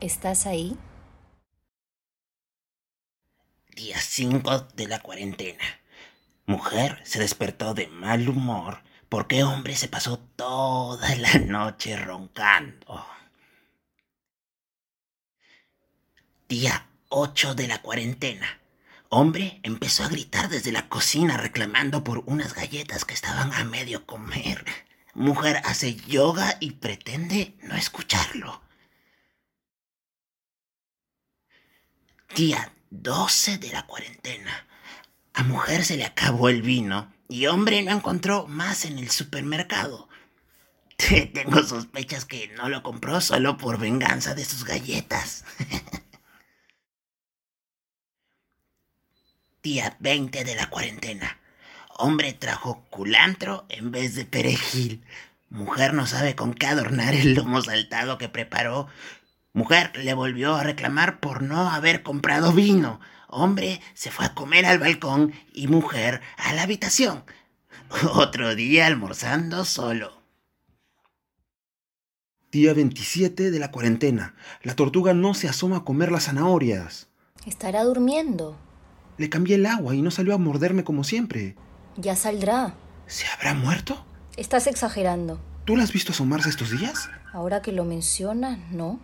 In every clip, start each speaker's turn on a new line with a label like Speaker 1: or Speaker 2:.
Speaker 1: ¿Estás ahí?
Speaker 2: Día 5 de la cuarentena. Mujer se despertó de mal humor porque hombre se pasó toda la noche roncando. Día 8 de la cuarentena. Hombre empezó a gritar desde la cocina reclamando por unas galletas que estaban a medio comer. Mujer hace yoga y pretende no escucharlo. Día 12 de la cuarentena. A mujer se le acabó el vino y hombre no encontró más en el supermercado. Tengo sospechas que no lo compró solo por venganza de sus galletas. Día 20 de la cuarentena. Hombre trajo culantro en vez de perejil. Mujer no sabe con qué adornar el lomo saltado que preparó. Mujer le volvió a reclamar por no haber comprado vino. Hombre se fue a comer al balcón y mujer a la habitación. Otro día almorzando solo.
Speaker 3: Día 27 de la cuarentena. La tortuga no se asoma a comer las zanahorias.
Speaker 1: Estará durmiendo.
Speaker 3: Le cambié el agua y no salió a morderme como siempre.
Speaker 1: Ya saldrá.
Speaker 3: ¿Se habrá muerto?
Speaker 1: Estás exagerando.
Speaker 3: ¿Tú la has visto asomarse estos días?
Speaker 1: Ahora que lo mencionas, no.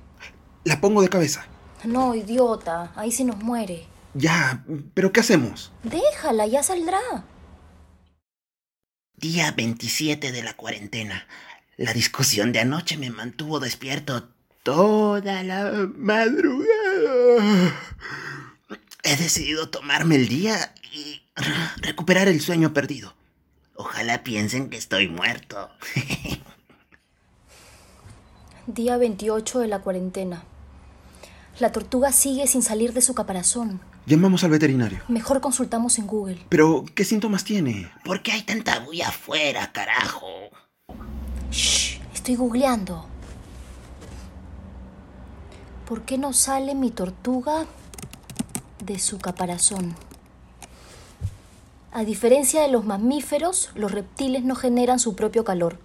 Speaker 3: La pongo de cabeza.
Speaker 1: No, idiota. Ahí se nos muere.
Speaker 3: Ya, pero ¿qué hacemos?
Speaker 1: Déjala, ya saldrá.
Speaker 2: Día 27 de la cuarentena. La discusión de anoche me mantuvo despierto toda la madrugada. He decidido tomarme el día y recuperar el sueño perdido. Ojalá piensen que estoy muerto.
Speaker 1: Día 28 de la cuarentena. La tortuga sigue sin salir de su caparazón.
Speaker 3: Llamamos al veterinario.
Speaker 1: Mejor consultamos en Google.
Speaker 3: Pero, ¿qué síntomas tiene?
Speaker 2: ¿Por qué hay tanta bulla afuera, carajo?
Speaker 1: Shh, estoy googleando. ¿Por qué no sale mi tortuga de su caparazón? A diferencia de los mamíferos, los reptiles no generan su propio calor,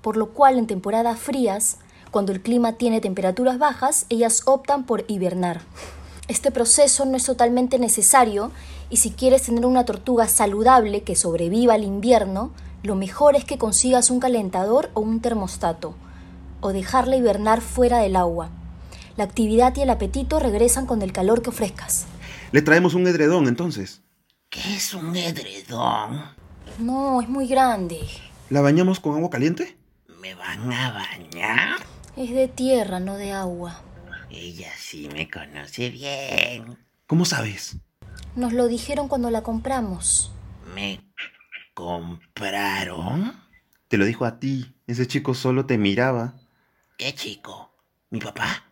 Speaker 1: por lo cual en temporadas frías, cuando el clima tiene temperaturas bajas, ellas optan por hibernar. Este proceso no es totalmente necesario y si quieres tener una tortuga saludable que sobreviva al invierno, lo mejor es que consigas un calentador o un termostato, o dejarla hibernar fuera del agua. La actividad y el apetito regresan con el calor que ofrezcas.
Speaker 3: Le traemos un edredón entonces.
Speaker 2: ¿Qué es un edredón?
Speaker 1: No, es muy grande.
Speaker 3: ¿La bañamos con agua caliente?
Speaker 2: ¿Me van a bañar?
Speaker 1: Es de tierra, no de agua.
Speaker 2: Ella sí me conoce bien.
Speaker 3: ¿Cómo sabes?
Speaker 1: Nos lo dijeron cuando la compramos.
Speaker 2: ¿Me compraron?
Speaker 3: Te lo dijo a ti. Ese chico solo te miraba.
Speaker 2: ¿Qué chico? ¿Mi papá?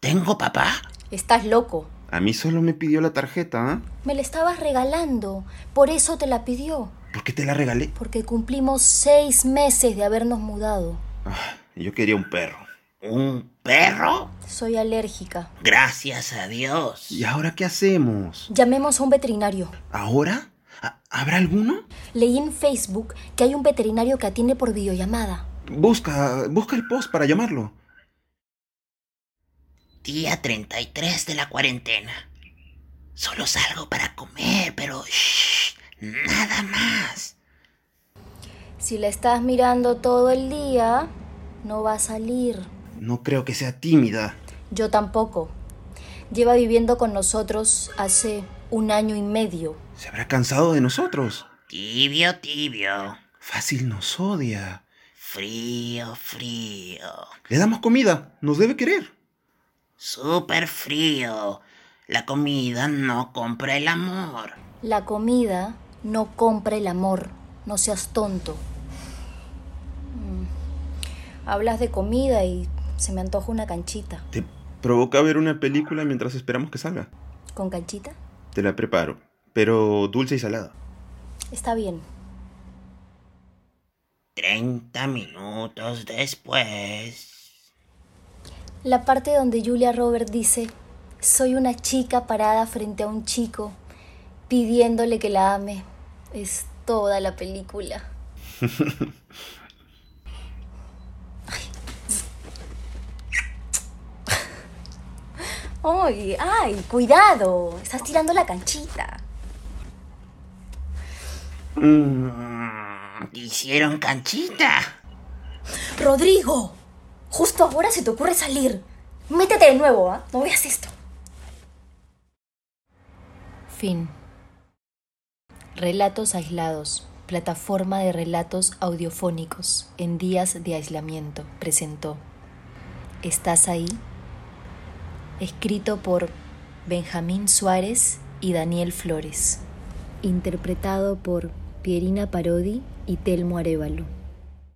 Speaker 2: ¿Tengo papá?
Speaker 1: Estás loco.
Speaker 3: A mí solo me pidió la tarjeta, ¿eh?
Speaker 1: Me la estabas regalando. Por eso te la pidió.
Speaker 3: ¿Por qué te la regalé?
Speaker 1: Porque cumplimos seis meses de habernos mudado.
Speaker 3: Ah, yo quería un perro.
Speaker 2: ¿Un perro?
Speaker 1: Soy alérgica.
Speaker 2: Gracias a Dios.
Speaker 3: ¿Y ahora qué hacemos?
Speaker 1: Llamemos a un veterinario.
Speaker 3: ¿Ahora? ¿A- ¿Habrá alguno?
Speaker 1: Leí en Facebook que hay un veterinario que atiende por videollamada.
Speaker 3: Busca, busca el post para llamarlo.
Speaker 2: Día 33 de la cuarentena. Solo salgo para comer, pero shh, nada más.
Speaker 1: Si la estás mirando todo el día, no va a salir.
Speaker 3: No creo que sea tímida.
Speaker 1: Yo tampoco. Lleva viviendo con nosotros hace un año y medio.
Speaker 3: Se habrá cansado de nosotros.
Speaker 2: Tibio, tibio.
Speaker 3: Fácil nos odia.
Speaker 2: Frío, frío.
Speaker 3: Le damos comida. Nos debe querer.
Speaker 2: Súper frío. La comida no compra el amor.
Speaker 1: La comida no compra el amor. No seas tonto. Mm. Hablas de comida y se me antoja una canchita.
Speaker 3: Te provoca ver una película mientras esperamos que salga.
Speaker 1: ¿Con canchita?
Speaker 3: Te la preparo. Pero dulce y salada.
Speaker 1: Está bien.
Speaker 2: 30 minutos después.
Speaker 1: La parte donde Julia Robert dice, soy una chica parada frente a un chico pidiéndole que la ame. Es toda la película. ¡Ay, ay! ¡Cuidado! Estás tirando la canchita.
Speaker 2: Mm, hicieron canchita.
Speaker 1: ¡Rodrigo! Justo ahora se te ocurre salir. Métete de nuevo, ¿ah? No veas esto. Fin. Relatos aislados. Plataforma de relatos audiofónicos en días de aislamiento. Presentó. ¿Estás ahí? Escrito por Benjamín Suárez y Daniel Flores. Interpretado por Pierina Parodi y Telmo Arevalo.